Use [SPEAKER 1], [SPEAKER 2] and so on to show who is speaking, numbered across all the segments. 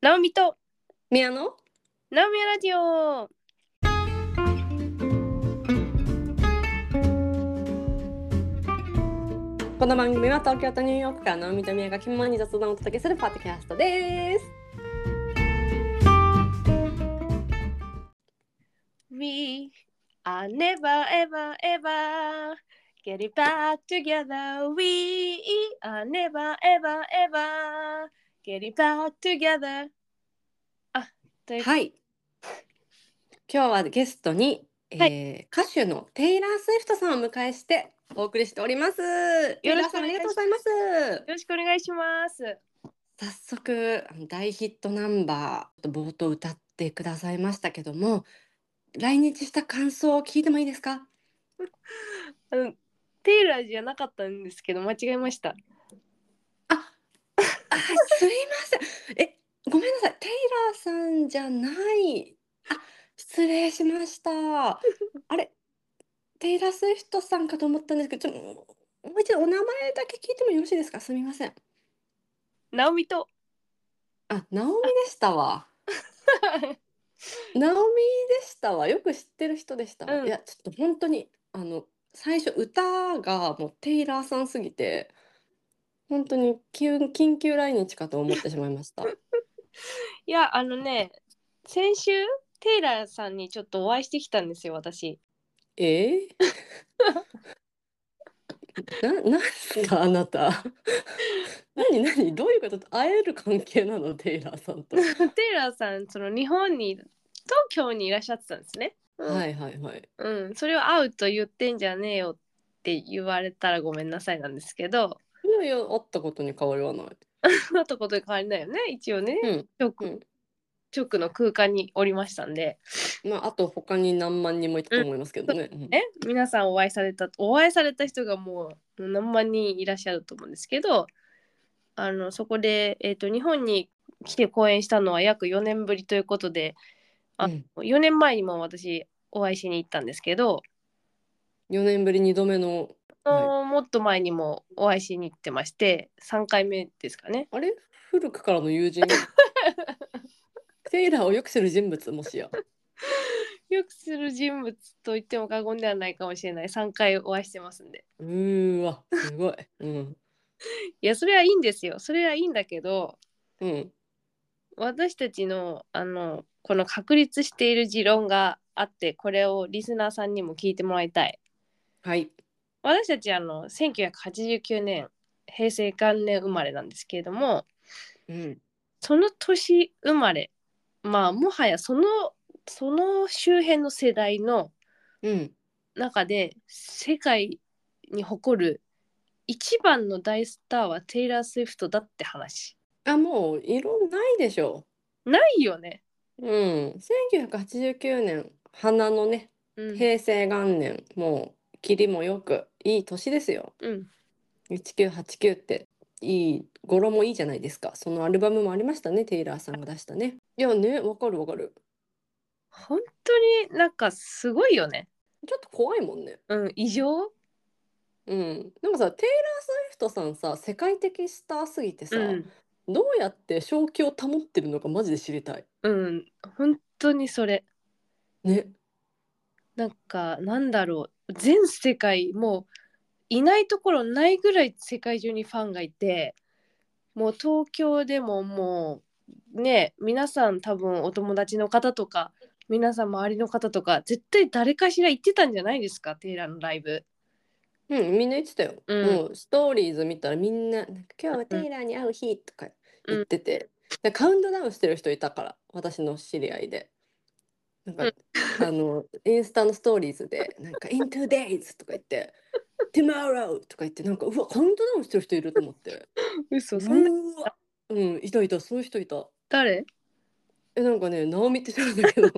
[SPEAKER 1] ナオミと
[SPEAKER 2] 宮野
[SPEAKER 1] ナオミラジオ
[SPEAKER 2] この番組は東京とニューヨークからの海と宮が気ままに雑談をお届けするパッドキャストです。
[SPEAKER 1] We are never ever ever getting back together We are never ever ever getting back together あ、という、
[SPEAKER 2] はい。今日はゲストに、えー
[SPEAKER 1] は
[SPEAKER 2] 歌手のテイラー・スウィフトさんをお迎えしてお送りしております。
[SPEAKER 1] よ
[SPEAKER 2] よ
[SPEAKER 1] ろ
[SPEAKER 2] ろ
[SPEAKER 1] し
[SPEAKER 2] し
[SPEAKER 1] く
[SPEAKER 2] く
[SPEAKER 1] お
[SPEAKER 2] お
[SPEAKER 1] 願
[SPEAKER 2] 願
[SPEAKER 1] いし
[SPEAKER 2] いし
[SPEAKER 1] ま
[SPEAKER 2] ますす。
[SPEAKER 1] よろしくお願いします
[SPEAKER 2] 早速あの大ヒットナンバー冒頭歌ってくださいましたけども、来日した感想を聞いてもいいですか？
[SPEAKER 1] あのテイラーじゃなかったんですけど間違えました
[SPEAKER 2] あ、あ、すいません。え、ごめんなさい。テイラーさんじゃない。あ、失礼しました。あれ、テイラー・スウィフトさんかと思ったんですけど、ちょ、もう一度お名前だけ聞いてもよろしいですか。すみません。
[SPEAKER 1] ナオミと
[SPEAKER 2] あ、ナオミでしたわ。ナオミでしたわ。よく知ってる人でしたわ。
[SPEAKER 1] うん
[SPEAKER 2] いや、ちょっと本当に、あの、最初歌がもうテイラーさんすぎて、本当に急緊急来日かと思ってしまいました。
[SPEAKER 1] いやあのね先週テイラーさんにちょっとお会いしてきたんですよ私
[SPEAKER 2] え ー、な、なんすか、あなた。 なになに、どういうこと、会える関係なの、テイラーさん と。
[SPEAKER 1] テイラーさんその日本に東京にいらっしゃってたんですね。うん
[SPEAKER 2] はいはいはい。
[SPEAKER 1] うん、それを会うと言ってんじゃねえよって言われたらごめんなさいなんですけど
[SPEAKER 2] いやいや、会ったことに変わりはない。
[SPEAKER 1] そんなとことで変わりないよね一応ね
[SPEAKER 2] うん、
[SPEAKER 1] 直、
[SPEAKER 2] うん
[SPEAKER 1] 直の空間におりましたんで
[SPEAKER 2] まあ、あと、他に何万人もいたと思いますけどね。うん
[SPEAKER 1] ね皆さんお会いされたお会いされた人がもう何万人いらっしゃると思うんですけどあのそこで、えー、と日本に来て講演したのは約4年ぶりということであ
[SPEAKER 2] うん、
[SPEAKER 1] 4年前にも私お会いしに行ったんですけど、
[SPEAKER 2] 4年ぶり2度目の、は
[SPEAKER 1] もっと前にもお会いしに行ってまして3回目ですかね
[SPEAKER 2] あれ、古くからの 友人。テイラーをよく知る人物、もしや。
[SPEAKER 1] よくする人物と言っても過言ではないかもしれない3回お会いしてますんで
[SPEAKER 2] うーわ、すごい。うん、
[SPEAKER 1] いやそれはいいんですよそれはいいんだけど
[SPEAKER 2] うん、
[SPEAKER 1] 私たちのあのこの確立している持論があってこれをリスナーさんにも聞いてもらいたい
[SPEAKER 2] はい、
[SPEAKER 1] 私たちあの1989年平成元年生まれなんですけれども、
[SPEAKER 2] うん、
[SPEAKER 1] その年生まれまあもはやそのその周辺の世代の
[SPEAKER 2] うん。
[SPEAKER 1] 中で世界に誇る一番の大スターはテイラー・スウィフトだって話
[SPEAKER 2] あ、もう色ないでしょ
[SPEAKER 1] ないよね
[SPEAKER 2] う。うん、1989年、花のね、
[SPEAKER 1] うん、
[SPEAKER 2] 平成元年、もう霧もよく、いい年ですよ。
[SPEAKER 1] うん、
[SPEAKER 2] 1989って、いい、語呂もいいじゃないですか。そのアルバムもありましたね、テイラーさんが出したね。いやね、わかるわかる。
[SPEAKER 1] 本当になんかすごいよね
[SPEAKER 2] ちょっと怖いもんね。
[SPEAKER 1] うん異常
[SPEAKER 2] うん。でもさ、テイラー・スウィフトさんさ、世界的スターすぎてさ、
[SPEAKER 1] うん、
[SPEAKER 2] どうやって正気を保ってるのかマジで知りたい。
[SPEAKER 1] うん、本当にそれ
[SPEAKER 2] ね。
[SPEAKER 1] なんかなんだろう全世界もういないところないぐらい世界中にファンがいてもう東京でももうね皆さん多分お友達の方とか皆さん周りの方とか絶対誰かしら行ってたんじゃないですかテイラーのライブ。
[SPEAKER 2] うん、みんな言ってたよ。
[SPEAKER 1] うん
[SPEAKER 2] もうストーリーズ見たらみんな、なんか今日はテイラーに会う日とか言ってて、でカウントダウンしてる人いたから、私の知り合いで。なんか、あの、インスタのストーリーズで、なんか、into days とか言って、tomorrow とか言って、なんか、うわ、カウントダウンしてる人いると思って。
[SPEAKER 1] 嘘そんな
[SPEAKER 2] うわ、うん、いたいた、そういう人いた。
[SPEAKER 1] 誰
[SPEAKER 2] え、なんかね、ナオミって人なんだけ ど。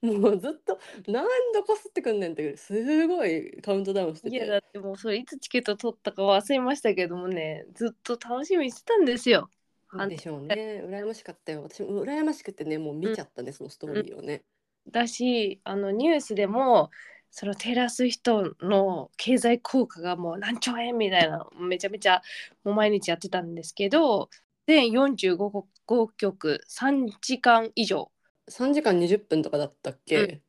[SPEAKER 2] もうずっと何度こすってくんねんってすごいカウントダウンして
[SPEAKER 1] い
[SPEAKER 2] て
[SPEAKER 1] やだってもうそれいつチケット取ったか忘れましたけどもねずっと楽しみにしてたんですよ。あの
[SPEAKER 2] でしょうね。羨ましかったよ。私も羨ましくてね、もう見ちゃったね、そのストーリーをね。
[SPEAKER 1] だしあのニュースでもそのテラスヒトの経済効果がもう何兆円みたいなのめちゃめちゃもう毎日やってたんですけど全45曲3時間以上
[SPEAKER 2] 3時間20分とかだったっけ、うん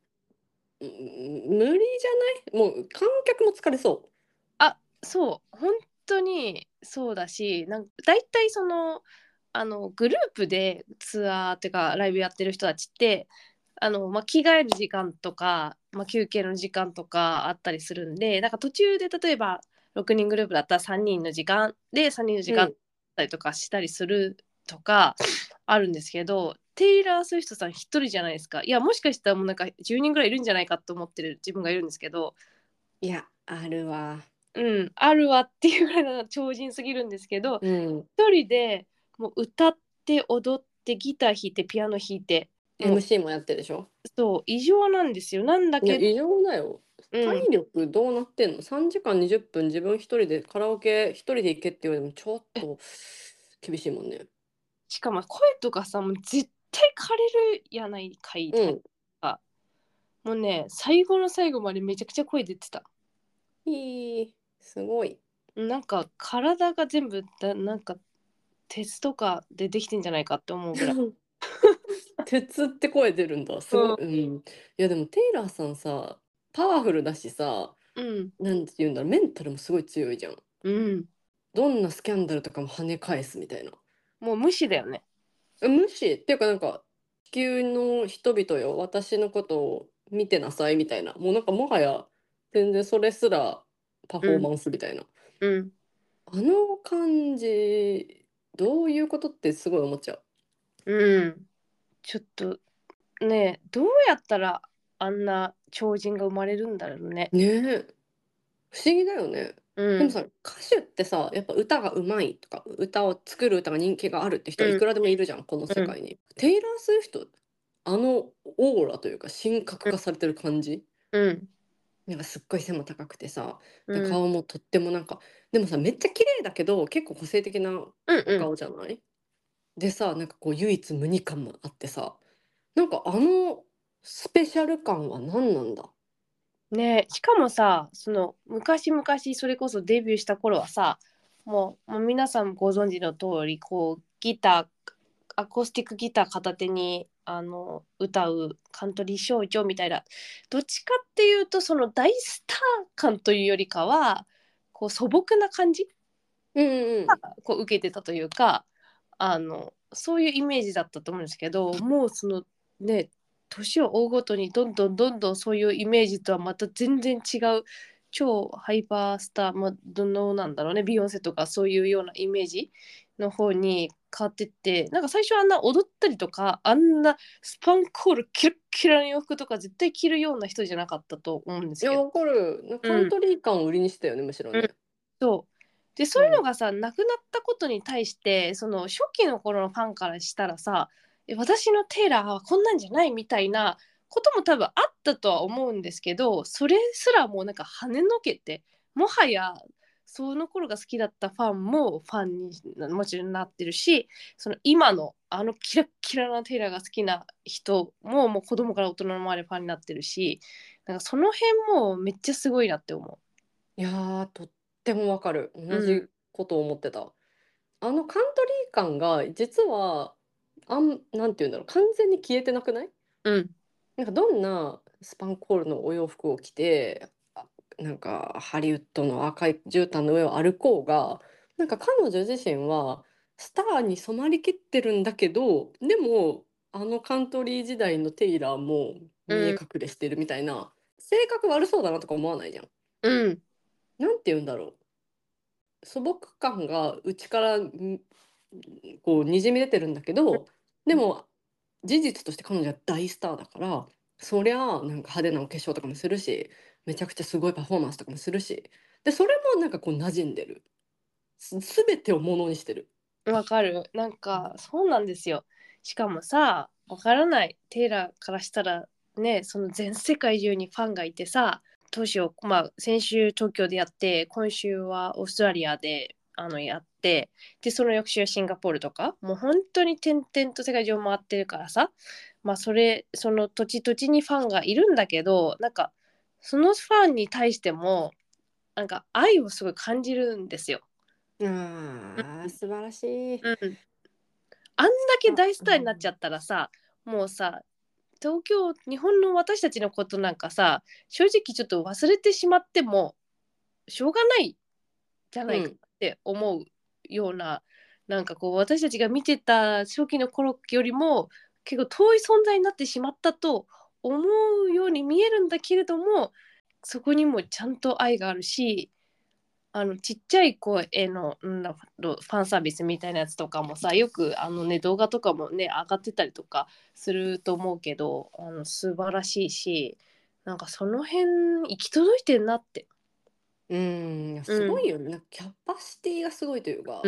[SPEAKER 2] 無理じゃないもう観客も疲れそ
[SPEAKER 1] そう本当にそうだしなんだいたいそのあのグループでツアーっていうかライブやってる人たちってあの、まあ、着替える時間とか、まあ、休憩の時間とかあったりするんでなんか途中で例えば6人グループだったら3人の時間で3人の時間だったりとかしたりするとかあるんですけど、テイラー・スウィフトさん1人じゃないですかいやもしかしたらもうなんか10人ぐらいいるんじゃないかと思ってる自分がいるんですけど、
[SPEAKER 2] ういやあるわ
[SPEAKER 1] うん、あるわっていうぐらいの超人すぎるんですけど
[SPEAKER 2] うん
[SPEAKER 1] 一人でもう歌って踊ってギター弾いてピアノ弾いてもう
[SPEAKER 2] MC もやってるでしょ
[SPEAKER 1] そう異常なんですよなんだ
[SPEAKER 2] いや
[SPEAKER 1] けど、
[SPEAKER 2] 異常だよ
[SPEAKER 1] うん
[SPEAKER 2] 体力どうなってんの、3時間20分自分一人でカラオケ一人で行けって言われてもちょっと厳しいもんね
[SPEAKER 1] しかも声とかさもう絶対枯れるやないかい、
[SPEAKER 2] うん
[SPEAKER 1] もうね最後の最後までめちゃくちゃ声出てた
[SPEAKER 2] いいすごい
[SPEAKER 1] なんか体が全部だなんか鉄とかでできてんじゃないかって思うぐらい
[SPEAKER 2] 鉄って声出るんだすごい、うん、いやでもテイラーさんさパワフルだしさ
[SPEAKER 1] うん
[SPEAKER 2] なんて言うんだろうメンタルもすごい強いじゃん
[SPEAKER 1] うん
[SPEAKER 2] どんなスキャンダルとかも跳ね返すみたいな
[SPEAKER 1] もう無視だよね
[SPEAKER 2] 無視っていうかなんか地球の人々よ私のことを見てなさいみたいなもうなんかもはや全然それすらパフォーマンスみたいな、
[SPEAKER 1] うん
[SPEAKER 2] あの感じどういうことってすごい思っちゃう
[SPEAKER 1] うんちょっとねどうやったらあんな超人が生まれるんだろうね
[SPEAKER 2] ねえ不思議だよね、
[SPEAKER 1] う
[SPEAKER 2] でも
[SPEAKER 1] ん
[SPEAKER 2] さ歌手ってさやっぱ歌がうまいとか歌を作る歌が人気があるって人
[SPEAKER 1] うん
[SPEAKER 2] いくらでもいるじゃん、この世界に、テイラー・スウィフトあのオーラというか神格化されてる感じ、
[SPEAKER 1] うん
[SPEAKER 2] なんかすっごい背も高くてさ、
[SPEAKER 1] うん
[SPEAKER 2] で顔もとってもなんかでもさめっちゃ綺麗だけど結構個性的な
[SPEAKER 1] うん
[SPEAKER 2] お顔じゃない、でさなんかこう唯一無二感もあってさなんかあのスペシャル感は何なんだ
[SPEAKER 1] ねしかもさその昔々それこそデビューした頃はさもうもう皆さんご存知の通りこうギターアコースティックギター片手にあの歌うカントリー少女みたいなどっちかっていうとその大スター感というよりかはこう素朴な感じ
[SPEAKER 2] うんうん
[SPEAKER 1] こう受けてたというかあのそういうイメージだったと思うんですけどもうそのね年を追うごとにどんどんどんどんそういうイメージとはまた全然違う超ハイパースター、まあ、どのなんだろうねビヨンセとかそういうようなイメージの方に変わってってなんか最初あんな踊ったりとかあんなスパンコールキラッキラの洋服とか絶対着るような人じゃなかったと思うんです
[SPEAKER 2] い
[SPEAKER 1] け
[SPEAKER 2] や
[SPEAKER 1] ど
[SPEAKER 2] わかるなんかカントリー感を売りにしてたよね、むしろね、
[SPEAKER 1] うんそうでそういうのがさ、なくなったことに対してその初期の頃のファンからしたらさえ私のテイラーはこんなんじゃないみたいなことも多分あったとは思うんですけどそれすらもうなんか跳ねのけてもはやその頃が好きだったファンもファンにもちろんなってるしその今のあのキラッキラなテイラーが好きな人ももう子供から大人までファンになってるしなんかその辺もめっちゃすごいなって思
[SPEAKER 2] いやーとってもわかる同
[SPEAKER 1] う
[SPEAKER 2] じ
[SPEAKER 1] ん。
[SPEAKER 2] ことを思ってた、あのカントリー感が実はあんなんて言うんだろう完全に消えてなくないう
[SPEAKER 1] うん
[SPEAKER 2] なんかどんなスパンコールのお洋服を着てあなんかハリウッドの赤い絨毯の上を歩こうがなんか彼女自身はスターに染まりきってるんだけどでもあのカントリー時代のテイラーも見え隠れしてるみたいな、性格悪そうだなとか思わないじゃん。
[SPEAKER 1] うん
[SPEAKER 2] なんて言うんだろう素朴感が内からんこうにじみ出てるんだけどでも事実として彼女は大スターだからそりゃあなんか派手なお化粧とかもするしめちゃくちゃすごいパフォーマンスとかもするしでそれもなんかこう馴染んでるす全てをものにしてる
[SPEAKER 1] わかるなんかそうなんですよしかもさわからないテイラーからしたらねその全世界中にファンがいてさ当初、まあ、先週東京でやって今週はオーストラリアであのやってでその翌週はシンガポールとかもう本当に点々と世界中を回ってるからさまあそれその土地土地にファンがいるんだけどなんかそのファンに対してもなんか愛をすごい感じるんですよ。
[SPEAKER 2] あー素晴らしい
[SPEAKER 1] うんあんだけ大スターになっちゃったらさ、もうさ東京日本の私たちのことなんかさ正直ちょっと忘れてしまってもしょうがないじゃないかって思うような、なんかこう私たちが見てた初期の頃よりも結構遠い存在になってしまったと思うように見えるんだけれどもそこにもちゃんと愛があるしあのちっちゃい子へのうんだろうファンサービスみたいなやつとかもさよくあの、ね、動画とかもね上がってたりとかすると思うけどあの素晴らしいしなんかその辺行き届いてんなって。
[SPEAKER 2] うん、すごいよね。なんかキャパシティがすごいというか、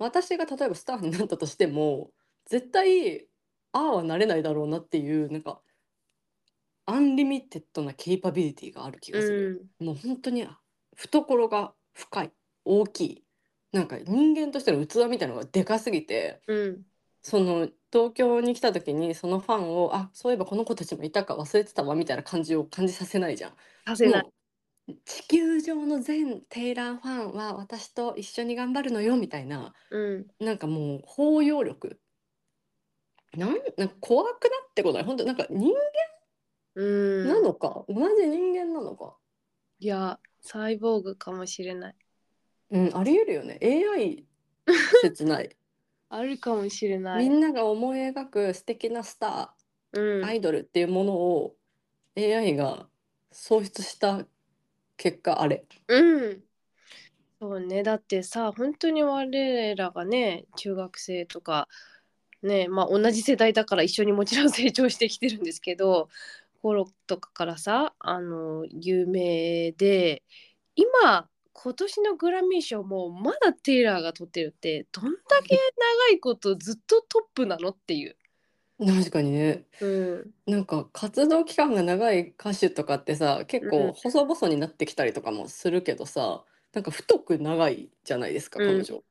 [SPEAKER 2] 私が例えばスターになったとしても、絶対、ああはなれないだろうなっていう、なんか、アンリミテッドなケイパビリティがある気がする。もう本当に、あ懐が深い、大きい。なんか人間としての器みたいなのがでかすぎて、
[SPEAKER 1] うん
[SPEAKER 2] その東京に来た時にそのファンを、あ、そういえばこの子たちもいたか忘れてたわみたいな感じを感じさせないじゃん。
[SPEAKER 1] させない。
[SPEAKER 2] もう地球上の全テイラーファンは私と一緒に頑張るのよみたいな
[SPEAKER 1] うん、
[SPEAKER 2] なんかもう包容力なんなんか怖くなってこない本当なんか人
[SPEAKER 1] うん、
[SPEAKER 2] 間なのか、同じ人間なのか、
[SPEAKER 1] いやサイボーグかもしれない。
[SPEAKER 2] うん、ありえるよね AI 切ない
[SPEAKER 1] あるかもしれな
[SPEAKER 2] み
[SPEAKER 1] い。
[SPEAKER 2] んなが思い描く素敵なスタ
[SPEAKER 1] う
[SPEAKER 2] ーア
[SPEAKER 1] ん、
[SPEAKER 2] イドルっていうものを AI が創出した結果あれ
[SPEAKER 1] うん、そうねだってさ本当に我らがね中学生とかねまあ同じ世代だから一緒にもちろん成長してきてるんですけど頃とかからさあの有名で今今年のグラミー賞もまだテイラーが取ってるってどんだけ長いことずっとトップなのっていう。
[SPEAKER 2] 確かにね
[SPEAKER 1] うん
[SPEAKER 2] なんか活動期間が長い歌手とかってさ結
[SPEAKER 1] うん
[SPEAKER 2] 構細々になってきたりとかもするけどさなんか太く長いじゃないですか
[SPEAKER 1] うん
[SPEAKER 2] 彼女、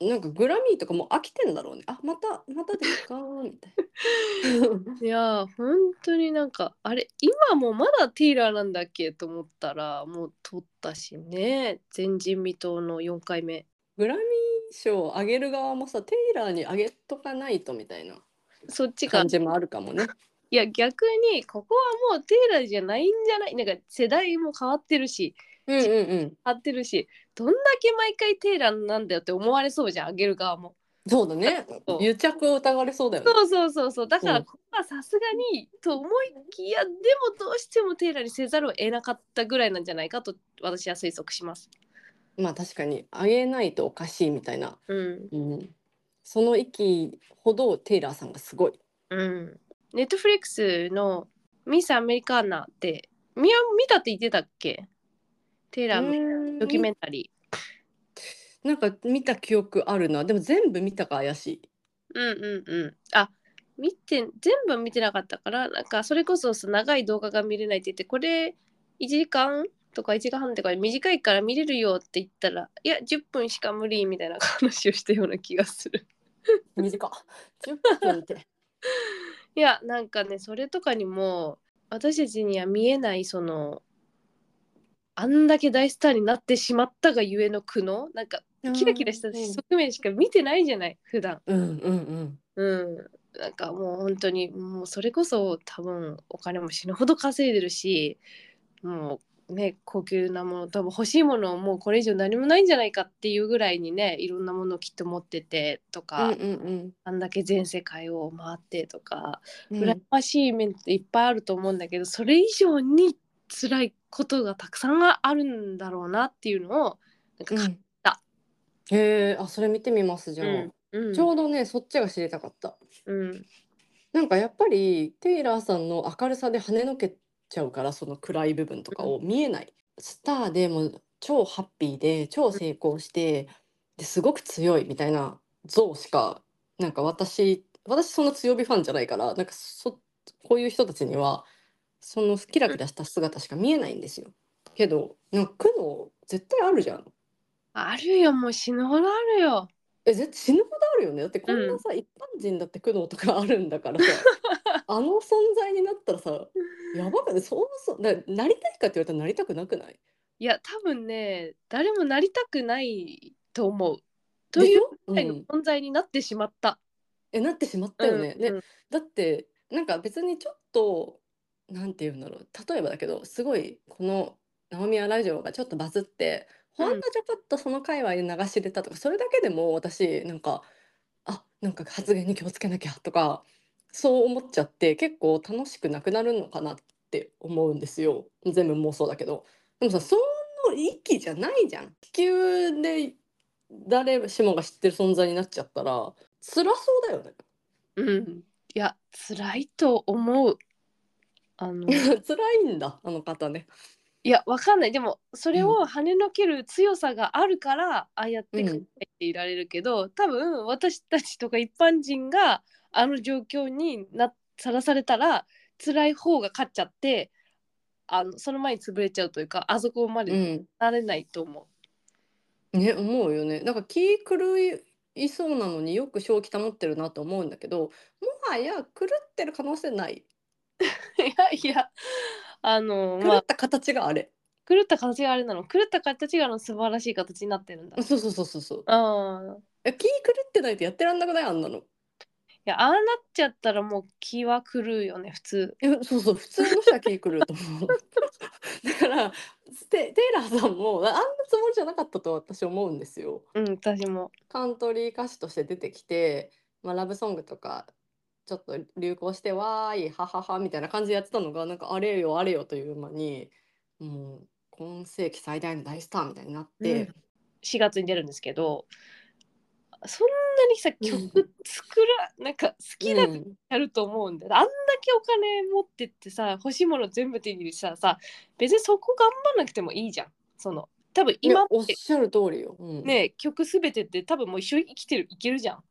[SPEAKER 2] なんかグラミーとかもう飽きてんだろうねあまたまたですかみたいな
[SPEAKER 1] いやー本当になんかあれ今もまだテイラーなんだっけと思ったらもう取ったしね前人未到の4回目
[SPEAKER 2] グラミー賞をあげる側もさテイラーにあげとかないとみたいな
[SPEAKER 1] そっちか
[SPEAKER 2] 感じもあるかもね
[SPEAKER 1] いや逆にここはもうテイラーじゃないんじゃないなんか世代も変わってるし
[SPEAKER 2] うんうんうん
[SPEAKER 1] 変わってるしどんだけ毎回テイラーなんだよって思われそうじゃんあげる側も
[SPEAKER 2] そうだね
[SPEAKER 1] そう
[SPEAKER 2] 癒着を疑われそうだよね
[SPEAKER 1] そうそうそうそうだか
[SPEAKER 2] う
[SPEAKER 1] ら
[SPEAKER 2] ん
[SPEAKER 1] ここはさすがにと思いきやでもどうしてもテイラーにせざるを得なかったぐらいなんじゃないかと私は推測します
[SPEAKER 2] まあ確かにあげないとおかしいみたいな
[SPEAKER 1] うん
[SPEAKER 2] うん、その域ほどテイラーさんがすごい。
[SPEAKER 1] うん、ネットフリックスの「ミス・アメリカーナ」って見や見たって言ってたっけテイラーのドキュメンタリ
[SPEAKER 2] なんか見た記憶あるな。でも全部見たか怪しい。
[SPEAKER 1] ー。うんうんうん。あ見て全部見てなかったからなんかそれこそさ長い動画が見れないって言ってこれ1時間とか1時間半とか短いから見れるよって言ったらいや10分しか無理みたいな話をしたような気がする。
[SPEAKER 2] 短っ。10分って。
[SPEAKER 1] いやなんかねそれとかにも私たちには見えないそのあんだけ大スターになってしまったがゆえの苦悩なんか キラキラした側面しか見てないじゃない普段
[SPEAKER 2] うんうんうん。
[SPEAKER 1] うんなんかもう本当にもうそれこそ多分お金も死ぬほど稼いでるしもうね高級なもの多分欲しいものをもうこれ以上何もないんじゃないかっていうぐらいにねいろんなものをきっと持っててと
[SPEAKER 2] うん
[SPEAKER 1] か、
[SPEAKER 2] うん
[SPEAKER 1] あんだけ全世界を回ってとか
[SPEAKER 2] うん。
[SPEAKER 1] 羨ましい面っていっぱいあると思うんだけど、それ以上に辛いことがたくさんあるんだろうなっていうのをなんか
[SPEAKER 2] う
[SPEAKER 1] 買っ
[SPEAKER 2] ん
[SPEAKER 1] た。
[SPEAKER 2] へえあそれ見てみますじ
[SPEAKER 1] た
[SPEAKER 2] ゃあ、
[SPEAKER 1] うんうん
[SPEAKER 2] ちょうどねそっちが知りたかった。
[SPEAKER 1] うん
[SPEAKER 2] なんかやっぱりテイラーさんの明るさで跳ねのけちゃうからその暗い部分とかを見えないスターでもう超ハッピーで超成功してですごく強いみたいな像しかなんか私私そんな強火ファンじゃないからなんかそこういう人たちにはそのキラキラした姿しか見えないんですよ。けどなんか苦悩絶対あるじゃん。
[SPEAKER 1] あるよもう死ぬほどあるよ。
[SPEAKER 2] え、絶対死ぬほどあるよね。だってこん
[SPEAKER 1] う
[SPEAKER 2] なんさ、一般人だって苦悩とかあるんだから さ、あの存在になったらさ、やばくないそうそう、だなりたいかって言われたらなりたくなくない
[SPEAKER 1] いや多分ね誰もなりたくないと思う。と
[SPEAKER 2] でし
[SPEAKER 1] いう
[SPEAKER 2] ょう
[SPEAKER 1] ぐらいの
[SPEAKER 2] ん。
[SPEAKER 1] 存在になってしまった。
[SPEAKER 2] えなってしまったよね。で
[SPEAKER 1] うん
[SPEAKER 2] だってなんか別にちょっとなんて言うんだろう例えばだけどすごいこの「ナオミアラジオ」がちょっとバズって
[SPEAKER 1] うん
[SPEAKER 2] ほんのちょこっとその界隈で流し出たとかそれだけでも私なんかあなんか発言に気をつけなきゃとかそう思っちゃって結構楽しくなくなるのかなって思うんですよ全部妄想だけど。でもさその域じゃないじゃん。気球で誰しもが知ってる存在になっちゃったら辛そうだよね。
[SPEAKER 1] うん、いや辛いと思うあのい
[SPEAKER 2] 辛いんだあの方ね。
[SPEAKER 1] やわかんないでもそれを跳ねのける強さがあるから、ああやって考えていられるけど、多分私たちとか一般人があの状況になさらされたら辛い方が勝っちゃってあのその前に潰れちゃうというかあそこまで
[SPEAKER 2] ん、
[SPEAKER 1] なれないと思。
[SPEAKER 2] ね思うよね。なんか気狂いそうなのによく正気保ってるなと思うんだけどもはや狂ってる可能性ないう
[SPEAKER 1] いや いやあの
[SPEAKER 2] 狂
[SPEAKER 1] まあ
[SPEAKER 2] った形があれ。
[SPEAKER 1] 狂った形があれなの狂った形があの素晴らしい形になってるんだ。
[SPEAKER 2] そうそうそうそうそう。
[SPEAKER 1] うん
[SPEAKER 2] え気狂ってないとやってらんなくないあんなの。
[SPEAKER 1] いやああなっちゃったらもう気は狂うよね普通
[SPEAKER 2] えそうそう普通の人は気狂うと 思う。だからテテイラーさんもあんなつもりじゃなかったと私思うんですよ。
[SPEAKER 1] うん私も
[SPEAKER 2] カントリー歌手として出てきて、まあ、ラブソングとかちょっと流行して「わーいははは」みたいな感じでやってたのがなんかあれよあれよという間にもう今世紀最大の大スターみたいになって、
[SPEAKER 1] 4月に出るんですけどそんなにさ曲作ら、なんか好きだ
[SPEAKER 2] う
[SPEAKER 1] か
[SPEAKER 2] ん
[SPEAKER 1] らやると思うんだよ、あんだけお金持ってってさ欲しいもの全部手に入れてささ別にそこ頑張んなくてもいいじゃんその多分今
[SPEAKER 2] ねおっしゃる通りよ。うん
[SPEAKER 1] ね曲すべてって多分もう一生生きてるいけるじゃん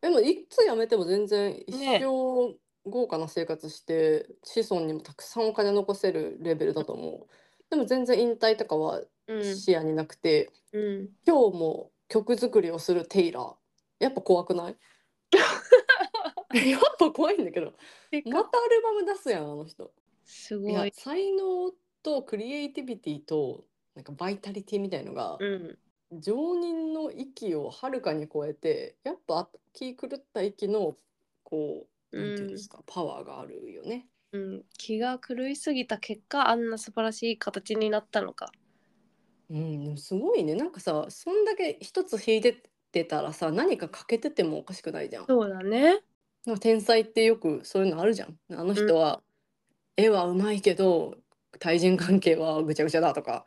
[SPEAKER 2] でもいつやめても全然一
[SPEAKER 1] ね
[SPEAKER 2] 生豪華な生活して、子孫にもたくさんお金残せるレベルだと思う。でも全然引退とかは
[SPEAKER 1] うん
[SPEAKER 2] 視野になくて、
[SPEAKER 1] うん
[SPEAKER 2] 今日も曲作りをするテイラーやっぱ怖くない やっぱ怖いんだけど
[SPEAKER 1] てか
[SPEAKER 2] またアルバム出すやんあの人
[SPEAKER 1] す
[SPEAKER 2] いや
[SPEAKER 1] ごい
[SPEAKER 2] 才能とクリエイティビティとなんかバイタリティみたいのが
[SPEAKER 1] うん
[SPEAKER 2] 常人の域をはるかに超えてやっぱ気狂った域のこうなんていうんですか、パワーがあるよね
[SPEAKER 1] うん、気が狂いすぎた結果あんな素晴らしい形になったのか。
[SPEAKER 2] うんでもすごいねなんかさそんだけ一つ弾いてってたらさ何か欠けててもおかしくないじゃん
[SPEAKER 1] そうだね。
[SPEAKER 2] なんか天才ってよくそういうのあるじゃん。あの人は絵はうまいけど対人関係はぐちゃぐちゃだとか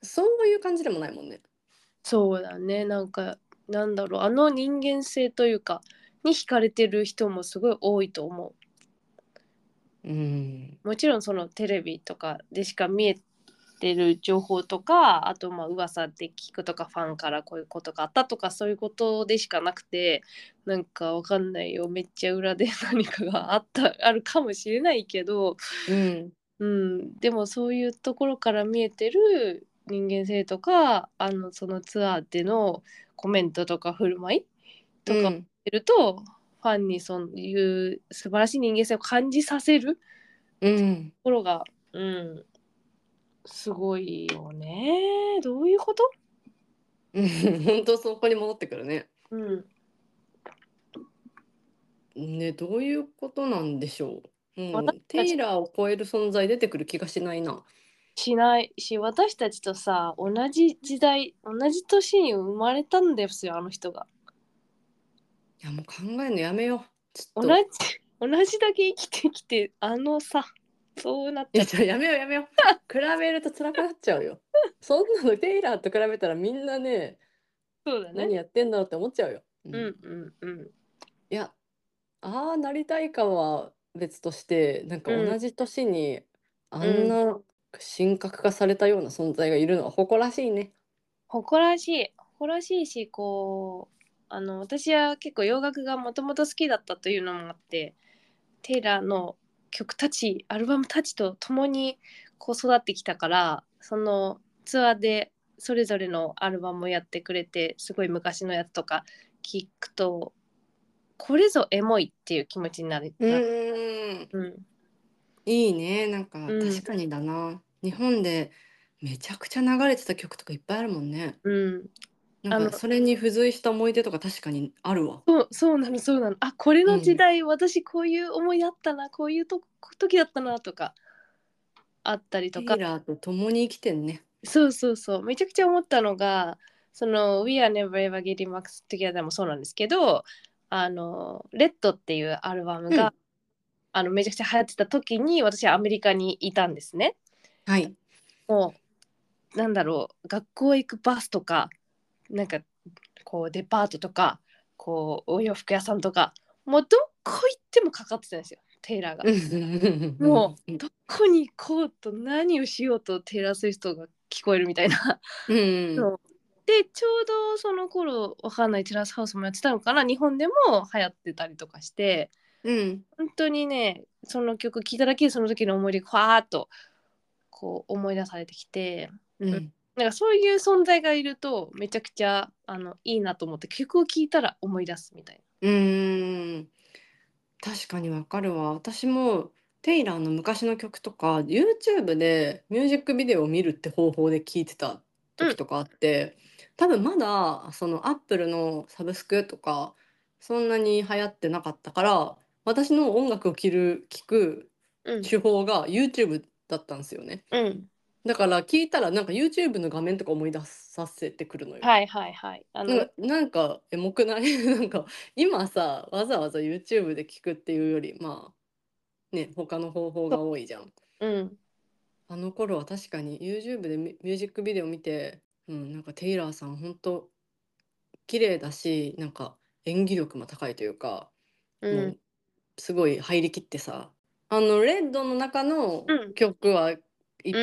[SPEAKER 2] そういう感じでもないもんね。
[SPEAKER 1] そうだね。なんかなんだろうあの人間性というかに惹かれてる人もすごい多いと思
[SPEAKER 2] うん、
[SPEAKER 1] う。もちろんそのテレビとかでしか見えてる情報とかあとまあ噂で聞くとかファンからこういうことがあったとかそういうことでしかなくてなんかわかんないよめっちゃ裏で何かがあったあるかもしれないけど
[SPEAKER 2] うん、
[SPEAKER 1] うん、でもそういうところから見えてる人間性とかあのそのツアーでのコメントとか振る舞いと
[SPEAKER 2] う
[SPEAKER 1] か見
[SPEAKER 2] ん
[SPEAKER 1] てると、ファンにそういう素晴らしい人間性を感じさせる
[SPEAKER 2] うん、
[SPEAKER 1] ところが、うん、すごいよねどういうこと、
[SPEAKER 2] うん 本当そこに戻ってくるね。
[SPEAKER 1] うん、
[SPEAKER 2] ねどういうことなんでしょう。もう
[SPEAKER 1] 私た
[SPEAKER 2] テ
[SPEAKER 1] ち
[SPEAKER 2] イラーを超える存在出てくる気がしないな。
[SPEAKER 1] しないし私たちとさ同じ時代同じ年に生まれたんですよあの人が。
[SPEAKER 2] いやもう考えるのやめよう。ちょ
[SPEAKER 1] 同
[SPEAKER 2] っ
[SPEAKER 1] じ
[SPEAKER 2] とい
[SPEAKER 1] 同じだけ生きてきてあのさそうなっちゃ
[SPEAKER 2] や
[SPEAKER 1] っ
[SPEAKER 2] ちょやめようやめよう。比べると辛くなっちゃうよ。そんなのテイラーと比べたらみんなね
[SPEAKER 1] そうだね
[SPEAKER 2] 何。やってんだろうって思っちゃうよ。
[SPEAKER 1] うんうんうん。
[SPEAKER 2] いや、ああなりたいかは別として、なんか
[SPEAKER 1] うん
[SPEAKER 2] 同じ年にあ
[SPEAKER 1] うん
[SPEAKER 2] んな神格化されたような存在がいるのは誇らしいね。
[SPEAKER 1] 誇らしい誇らしいしこうあの私は結構洋楽がもともと好きだったというのもあってテイラーの曲たちアルバムたちと共にこう育ってきたからそのツアーでそれぞれのアルバムをやってくれてすごい昔のやつとか聞くとこれぞエモいっていう気持ちになる。
[SPEAKER 2] うん、
[SPEAKER 1] うん
[SPEAKER 2] いいね。なんか
[SPEAKER 1] うん
[SPEAKER 2] 確かにだな。日本でめちゃくちゃ流れてた曲とかいっぱいあるもんね。
[SPEAKER 1] うん、
[SPEAKER 2] な
[SPEAKER 1] あ
[SPEAKER 2] ん
[SPEAKER 1] の
[SPEAKER 2] かそれに付随した思い出とか確かにあるわ。
[SPEAKER 1] そうそうなのそうなのあこれの時代、私こういう思いだったなこういうと時だったなとかあったり
[SPEAKER 2] テ
[SPEAKER 1] と
[SPEAKER 2] イ
[SPEAKER 1] か
[SPEAKER 2] ラーと共に生きてんね。
[SPEAKER 1] そうそうそうめちゃくちゃ思ったのがその「We Are Never Ever Getting Back Together」もそうなんですけどあの「レッドっていうアルバムが、
[SPEAKER 2] うん
[SPEAKER 1] あのめちゃくちゃ流行ってた時に私はアメリカにいたんですね。
[SPEAKER 2] はい。
[SPEAKER 1] もうなんだろう学校行くバスとかなんかこうデパートとかこうお洋服屋さんとかもうどこ行ってもかかってたんですよテイラーが。も
[SPEAKER 2] う。
[SPEAKER 1] どこに行こうと何をしようとテイラー・スウィフトが聞こえるみたいな。
[SPEAKER 2] うん。
[SPEAKER 1] そうでちょうどその頃わかんないテラスハウスもやってたのかな日本でも流行ってたりとかして
[SPEAKER 2] うん。
[SPEAKER 1] 本当にねその曲聴いただけでその時の思い出がふわーっとこう思い出されてきて
[SPEAKER 2] うん。
[SPEAKER 1] なんかそういう存在がいるとめちゃくちゃあのいいなと思って曲を聴いたら思い出すみたい
[SPEAKER 2] うん。確かにわかるわ。私もテイラーの昔の曲とか YouTube でミュージックビデオを見るって方法で聴いてた時とかあって、多分まだその Apple のサブスクとかそんなに流行ってなかったから私の音楽を聴る聴く
[SPEAKER 1] な。うん
[SPEAKER 2] 手法が YouTube だったんですよね。
[SPEAKER 1] うん、
[SPEAKER 2] だから聞いたらなんか YouTube の画面とか思い出させてくるのよ。
[SPEAKER 1] はいはいはい。あの
[SPEAKER 2] なんかなんかエモくない なんか今さわざわざ YouTube で聞くっていうよりまあね他の方法が多いじゃん。
[SPEAKER 1] うん
[SPEAKER 2] あの頃は確かに YouTube でミミュージックビデオ見て、うん、なんかテイラーさん本当綺麗だしなんか演技力も高いというか、
[SPEAKER 1] う
[SPEAKER 2] も
[SPEAKER 1] ん
[SPEAKER 2] うすごい入りきってさあのレッドの中の
[SPEAKER 1] うん
[SPEAKER 2] 曲はいっ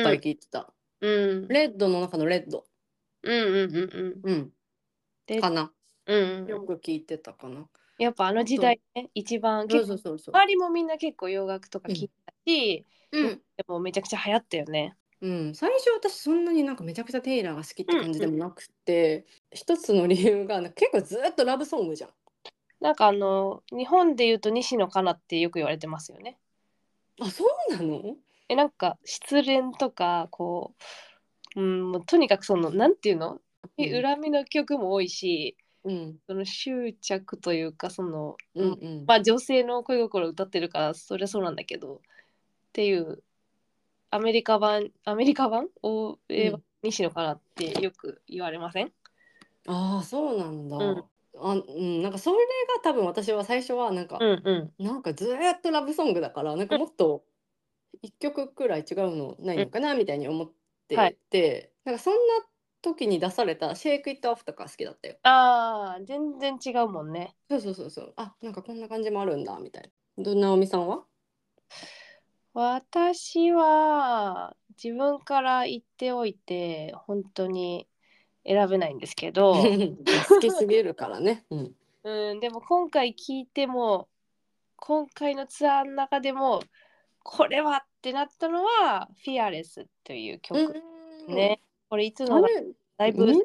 [SPEAKER 2] ぱい聴いてた、
[SPEAKER 1] うん
[SPEAKER 2] レッドの中のレッド、
[SPEAKER 1] うんうんうんうん
[SPEAKER 2] うん、
[SPEAKER 1] で
[SPEAKER 2] かな
[SPEAKER 1] うん
[SPEAKER 2] よく聴いてたかな
[SPEAKER 1] やっぱあの時代ね一番
[SPEAKER 2] そ
[SPEAKER 1] 結
[SPEAKER 2] う
[SPEAKER 1] 構
[SPEAKER 2] そうそうそう
[SPEAKER 1] 周りもみんな結構洋楽とか聞いたし、
[SPEAKER 2] うん
[SPEAKER 1] でもめちゃくちゃ流行ったよね。
[SPEAKER 2] うん、最初私そんなになんかめちゃくちゃテイラーが好きって感じで
[SPEAKER 1] うん
[SPEAKER 2] もなくて、一つの理由がなんか結構ずっとラブソングじゃん。
[SPEAKER 1] なんかあの日本で言うと西野カナってよく言われてますよね。
[SPEAKER 2] あ、そうなの？
[SPEAKER 1] えなんか失恋とかこう、うん、もうとにかくそのなんていうの、
[SPEAKER 2] うん
[SPEAKER 1] 恨みの曲も多いし
[SPEAKER 2] うん
[SPEAKER 1] その執着というかその、
[SPEAKER 2] うんうん。
[SPEAKER 1] まあ女性の恋心を歌ってるからそれはそうなんだけどっていうアメリカ版アメリカ版を、え
[SPEAKER 2] うん
[SPEAKER 1] 西野カナってよく言われません
[SPEAKER 2] ああ、そうなんだ。
[SPEAKER 1] うん
[SPEAKER 2] あ、うん、なんかそれが多分私は最初はなんか、
[SPEAKER 1] うんうん
[SPEAKER 2] なんかずーっとラブソングだからなんかもっと一曲くらい違うのないのかなみたいに思って
[SPEAKER 1] はい
[SPEAKER 2] て、なんかそんな時に出された「シェイク・イット・オフ」とか好きだったよ。
[SPEAKER 1] ああ、全然違うもんね。
[SPEAKER 2] そうそうそうそう。あ、なんかこんな感じもあるんだみたいな。どんなおみさんは？
[SPEAKER 1] 私は自分から言っておいて本当に選べないんですけど、
[SPEAKER 2] 好きすぎるからね。うん。
[SPEAKER 1] うん、でも今回聞いても今回のツアーの中でもこれはってなったのは「Fearless」という曲ね。これいつ
[SPEAKER 2] あ
[SPEAKER 1] の
[SPEAKER 2] れ、
[SPEAKER 1] ライ
[SPEAKER 2] みん
[SPEAKER 1] ブ
[SPEAKER 2] な、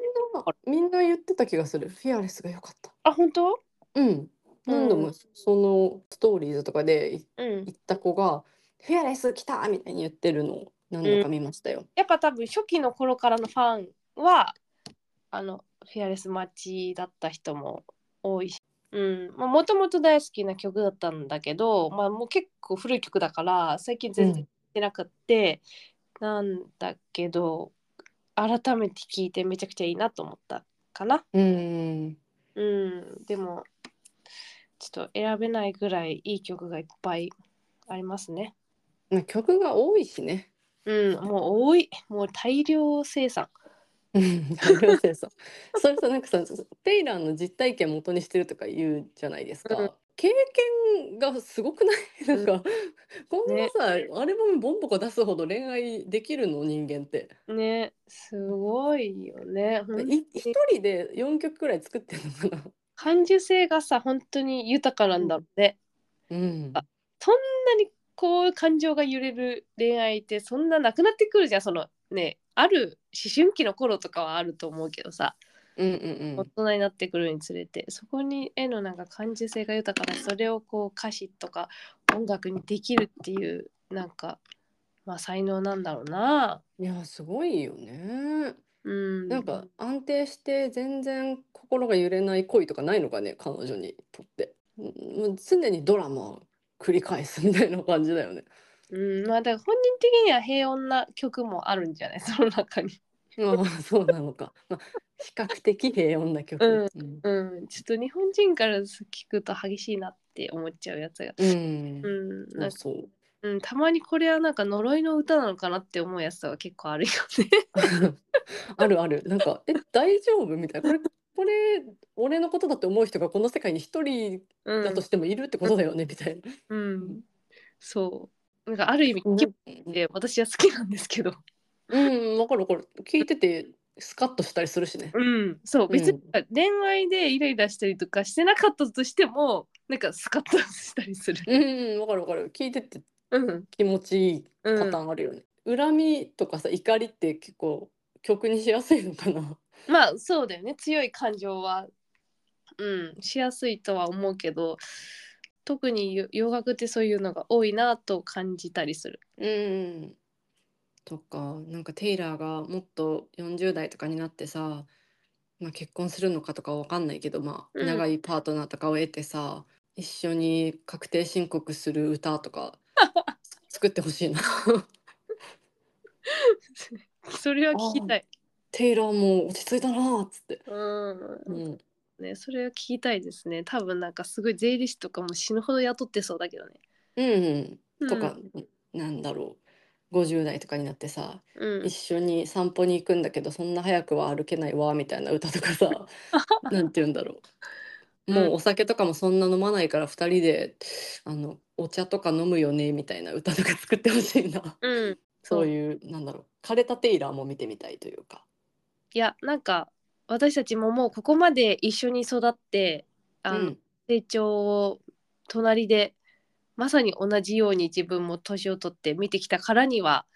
[SPEAKER 2] みんな言ってた気がする。フィアレスが良かった。
[SPEAKER 1] あ本当
[SPEAKER 2] うん。何度もそのストーリーズとかで
[SPEAKER 1] うん
[SPEAKER 2] 行った子が、フィアレス来たみたいに言ってるのを何度か見ましたよ。
[SPEAKER 1] やっぱ多分初期の頃からのファンはあのフェアレス待ちだった人も多いし、うんまあ、もともと大好きな曲だったんだけど、まあ、もう結構古い曲だから最近全然聴いてなくって、なんだけど改めて聴いてめちゃくちゃいいなと思ったかな。
[SPEAKER 2] うん。
[SPEAKER 1] うん、でもちょっと選べないぐらいいい曲がいっぱいありますね。
[SPEAKER 2] まあ曲が多いしね。
[SPEAKER 1] うん、もう多いもう大量生産。
[SPEAKER 2] うん大量生産それさなんかさテイラーの実体験元にしてるとか言うじゃないですか、
[SPEAKER 1] うん
[SPEAKER 2] 経験がすごくないなんか、こんなさ、アルバムボンボコ出すほど恋愛できるの人間って、
[SPEAKER 1] ね、すごいよね。ほん
[SPEAKER 2] い一人で4曲くらい作ってるのかな
[SPEAKER 1] 感受性がさ、本当に豊かなんだろうね。
[SPEAKER 2] うん
[SPEAKER 1] あそんなにこう感情が揺れる恋愛ってそんななくなってくるじゃん。そのね、ある思春期の頃とかはあると思うけどさ、
[SPEAKER 2] うんうんう
[SPEAKER 1] 大
[SPEAKER 2] ん
[SPEAKER 1] 人になってくるにつれて、そこに絵のなんか感受性が豊かな、それをこう歌詞とか音楽にできるっていう、なんか、まあ才能なんだろうな。
[SPEAKER 2] いやすごいよね
[SPEAKER 1] うん、
[SPEAKER 2] なんか安定して全然心が揺れない恋とかないのかね彼女にとってうんもう常にドラマを繰り返すみたいな感じだよね
[SPEAKER 1] うん、まあだから本人的には平穏な曲もあるんじゃない その中に。
[SPEAKER 2] まあそうなのか、まあ、比較的平穏な曲うん、
[SPEAKER 1] うん、ちょっと日本人から聞くと激しいなって思っちゃうやつが。
[SPEAKER 2] うん
[SPEAKER 1] うん、
[SPEAKER 2] ま
[SPEAKER 1] な
[SPEAKER 2] あ
[SPEAKER 1] んか
[SPEAKER 2] そう
[SPEAKER 1] うん、たまにこれはなんか呪いの歌なのかなって思うやつとか結構あるよね。
[SPEAKER 2] あるあるなんか「え大丈夫?」みたいなこれこれ俺のことだって思う人がこの世界に一人
[SPEAKER 1] うん、
[SPEAKER 2] だとしてもいるってことだよねみたいな。
[SPEAKER 1] うん、そう。なんかある意味、
[SPEAKER 2] うん
[SPEAKER 1] 気分で私は好きなんですけど。
[SPEAKER 2] うん、わかるわかる。聞いててスカッとしたりするしね。
[SPEAKER 1] うん、そう、
[SPEAKER 2] ん
[SPEAKER 1] 別に恋愛でイライラしたりとかしてなかったとしても、なんかスカッとしたりする。
[SPEAKER 2] うん、わかるわかる。聞いてて
[SPEAKER 1] うん、
[SPEAKER 2] 気持ちいいパ
[SPEAKER 1] うん
[SPEAKER 2] ターンあるよね。恨みとかさ、怒りって結構曲にしやすいのかな。
[SPEAKER 1] まあそうだよね強い感情はうんしやすいとは思うけど特によ洋楽ってそういうのが多いなと感じたりする。
[SPEAKER 2] うん。とか、なんかテイラーがもっと40代とかになってさ、まあ、結婚するのかとかわかんないけど、まあ、
[SPEAKER 1] うん
[SPEAKER 2] 長いパートナーとかを得てさ、一緒に確定申告する歌 とか作ってほしいな。
[SPEAKER 1] それは聞きたい。
[SPEAKER 2] テイラーも落ち着いたなーっつって。
[SPEAKER 1] う、
[SPEAKER 2] うんん
[SPEAKER 1] ね、それは聞きたいですね。多分なんかすごい税理士とかも死ぬほど雇ってそうだけどね。
[SPEAKER 2] うんうん、とか、なんだろう50代とかになってさ、
[SPEAKER 1] うん、うん
[SPEAKER 2] 一、緒に散歩に行くんだけどそんな早くは歩けないわみたいな歌とか さなんて言うんだろうもうお酒とかもそんな飲まないから2人であのお茶とか飲むよねみたいな歌とか作ってほしいな
[SPEAKER 1] うん、
[SPEAKER 2] そう
[SPEAKER 1] う。
[SPEAKER 2] いうなんだろう枯れたテイラーも見てみたいというか
[SPEAKER 1] いやなんか私たちももうここまで一緒に育ってあの、
[SPEAKER 2] うん
[SPEAKER 1] 成長を隣でまさに同じように自分も年を取って見てきたからには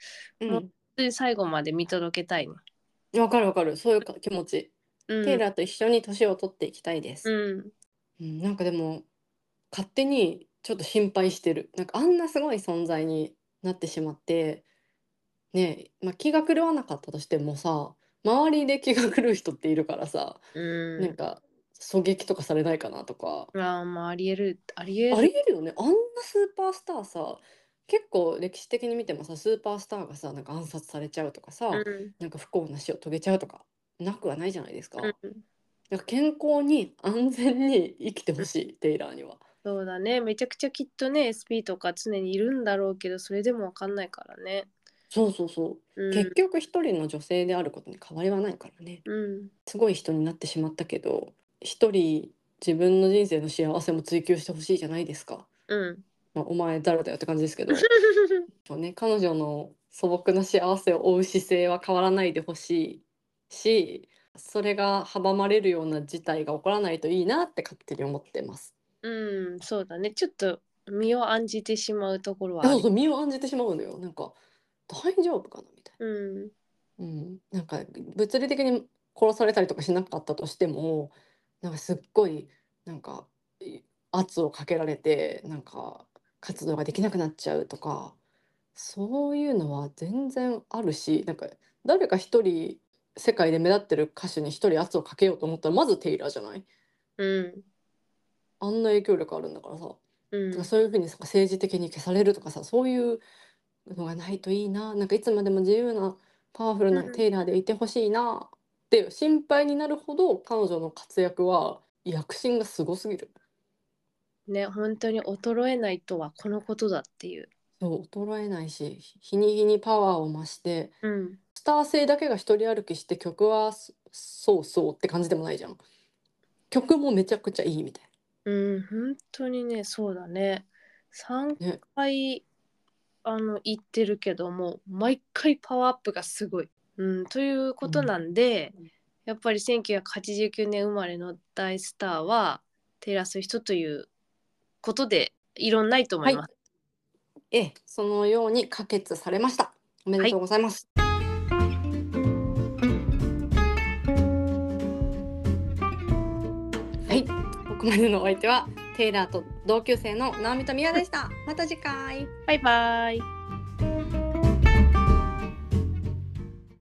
[SPEAKER 2] うん
[SPEAKER 1] 本当に最後まで見届けたいね。
[SPEAKER 2] わかるわかるそういうか気持ち
[SPEAKER 1] うん、
[SPEAKER 2] テイラーと一緒に年を取っていきたいです
[SPEAKER 1] うん、
[SPEAKER 2] うん、なんかでも勝手にちょっと心配してるなんかあんなすごい存在になってしまってねえ、まあ、気が狂わなかったとしてもさ周りで気が狂う人っているからさ、
[SPEAKER 1] うん
[SPEAKER 2] なんか狙撃とかされないかなとか、
[SPEAKER 1] まあまあありえるありえ
[SPEAKER 2] あ
[SPEAKER 1] る。
[SPEAKER 2] りえるよねあんなスーパースターさ結構歴史的に見てもさスーパースターがさなんか暗殺されちゃうとかさ、
[SPEAKER 1] うん
[SPEAKER 2] なんか不幸な死を遂げちゃうとかなくはないじゃないですか。
[SPEAKER 1] うん、
[SPEAKER 2] なんか健康に安全に生きてほしいテイラーには。
[SPEAKER 1] そうだねめちゃくちゃきっとね SP とか常にいるんだろうけどそれでもわかんないからね。
[SPEAKER 2] そうそうそう
[SPEAKER 1] うん、
[SPEAKER 2] 結局一人の女性であることに変わりはないからね
[SPEAKER 1] うん、
[SPEAKER 2] すごい人になってしまったけど一人自分の人生の幸せも追求してほしいじゃないですか、
[SPEAKER 1] うん、
[SPEAKER 2] まあ、お前誰だよって感じですけどそうね彼女の素朴な幸せを追う姿勢は変わらないでほしいしそれが阻まれるような事態が起こらないといいなって勝手に思ってます。
[SPEAKER 1] うん、そうだねちょっと身を案じてしまうところはあ
[SPEAKER 2] あ
[SPEAKER 1] る
[SPEAKER 2] そう身を案じてしまうのよなんか大丈夫かなみたいな。
[SPEAKER 1] うん
[SPEAKER 2] うん、なんか物理的に殺されたりとかしなかったとしてもなんかすっごいなんかい圧をかけられてなんか活動ができなくなっちゃうとかそういうのは全然あるしなんか誰か一人世界で目立ってる歌手に一人圧をかけようと思ったらまずテイラーじゃない
[SPEAKER 1] うん
[SPEAKER 2] あんな影響力あるんだからさ、
[SPEAKER 1] うん
[SPEAKER 2] なんかそういうふうにさ政治的に消されるとかさそういうのがないといいななんかいつまでも自由なパワフルな
[SPEAKER 1] うん
[SPEAKER 2] テイラーでいてほしいなって心配になるほど彼女の活躍は躍進がすごすぎる
[SPEAKER 1] ね本当に衰えないとはこのことだっていう。
[SPEAKER 2] そう衰えないし日に日にパワーを増して
[SPEAKER 1] うん
[SPEAKER 2] スター性だけが一人歩きして曲はそそうそうって感じでもないじゃん曲もめちゃくちゃいいみたい
[SPEAKER 1] うん、本当にね、そうだね。3
[SPEAKER 2] ね
[SPEAKER 1] 回、あの、行ってるけども、毎回パワーアップがすごい。うん、ということなんで、
[SPEAKER 2] うん
[SPEAKER 1] やっぱり1989年生まれの大スターは、テイラー・スウィフトということで、異論ないと思
[SPEAKER 2] なはいい
[SPEAKER 1] ます。
[SPEAKER 2] ええそのように可決されましたおめでとうございます、はい、ここまでのお相手はテイラーと同級生の直美とミヤでした。また次回。
[SPEAKER 1] バイバイ。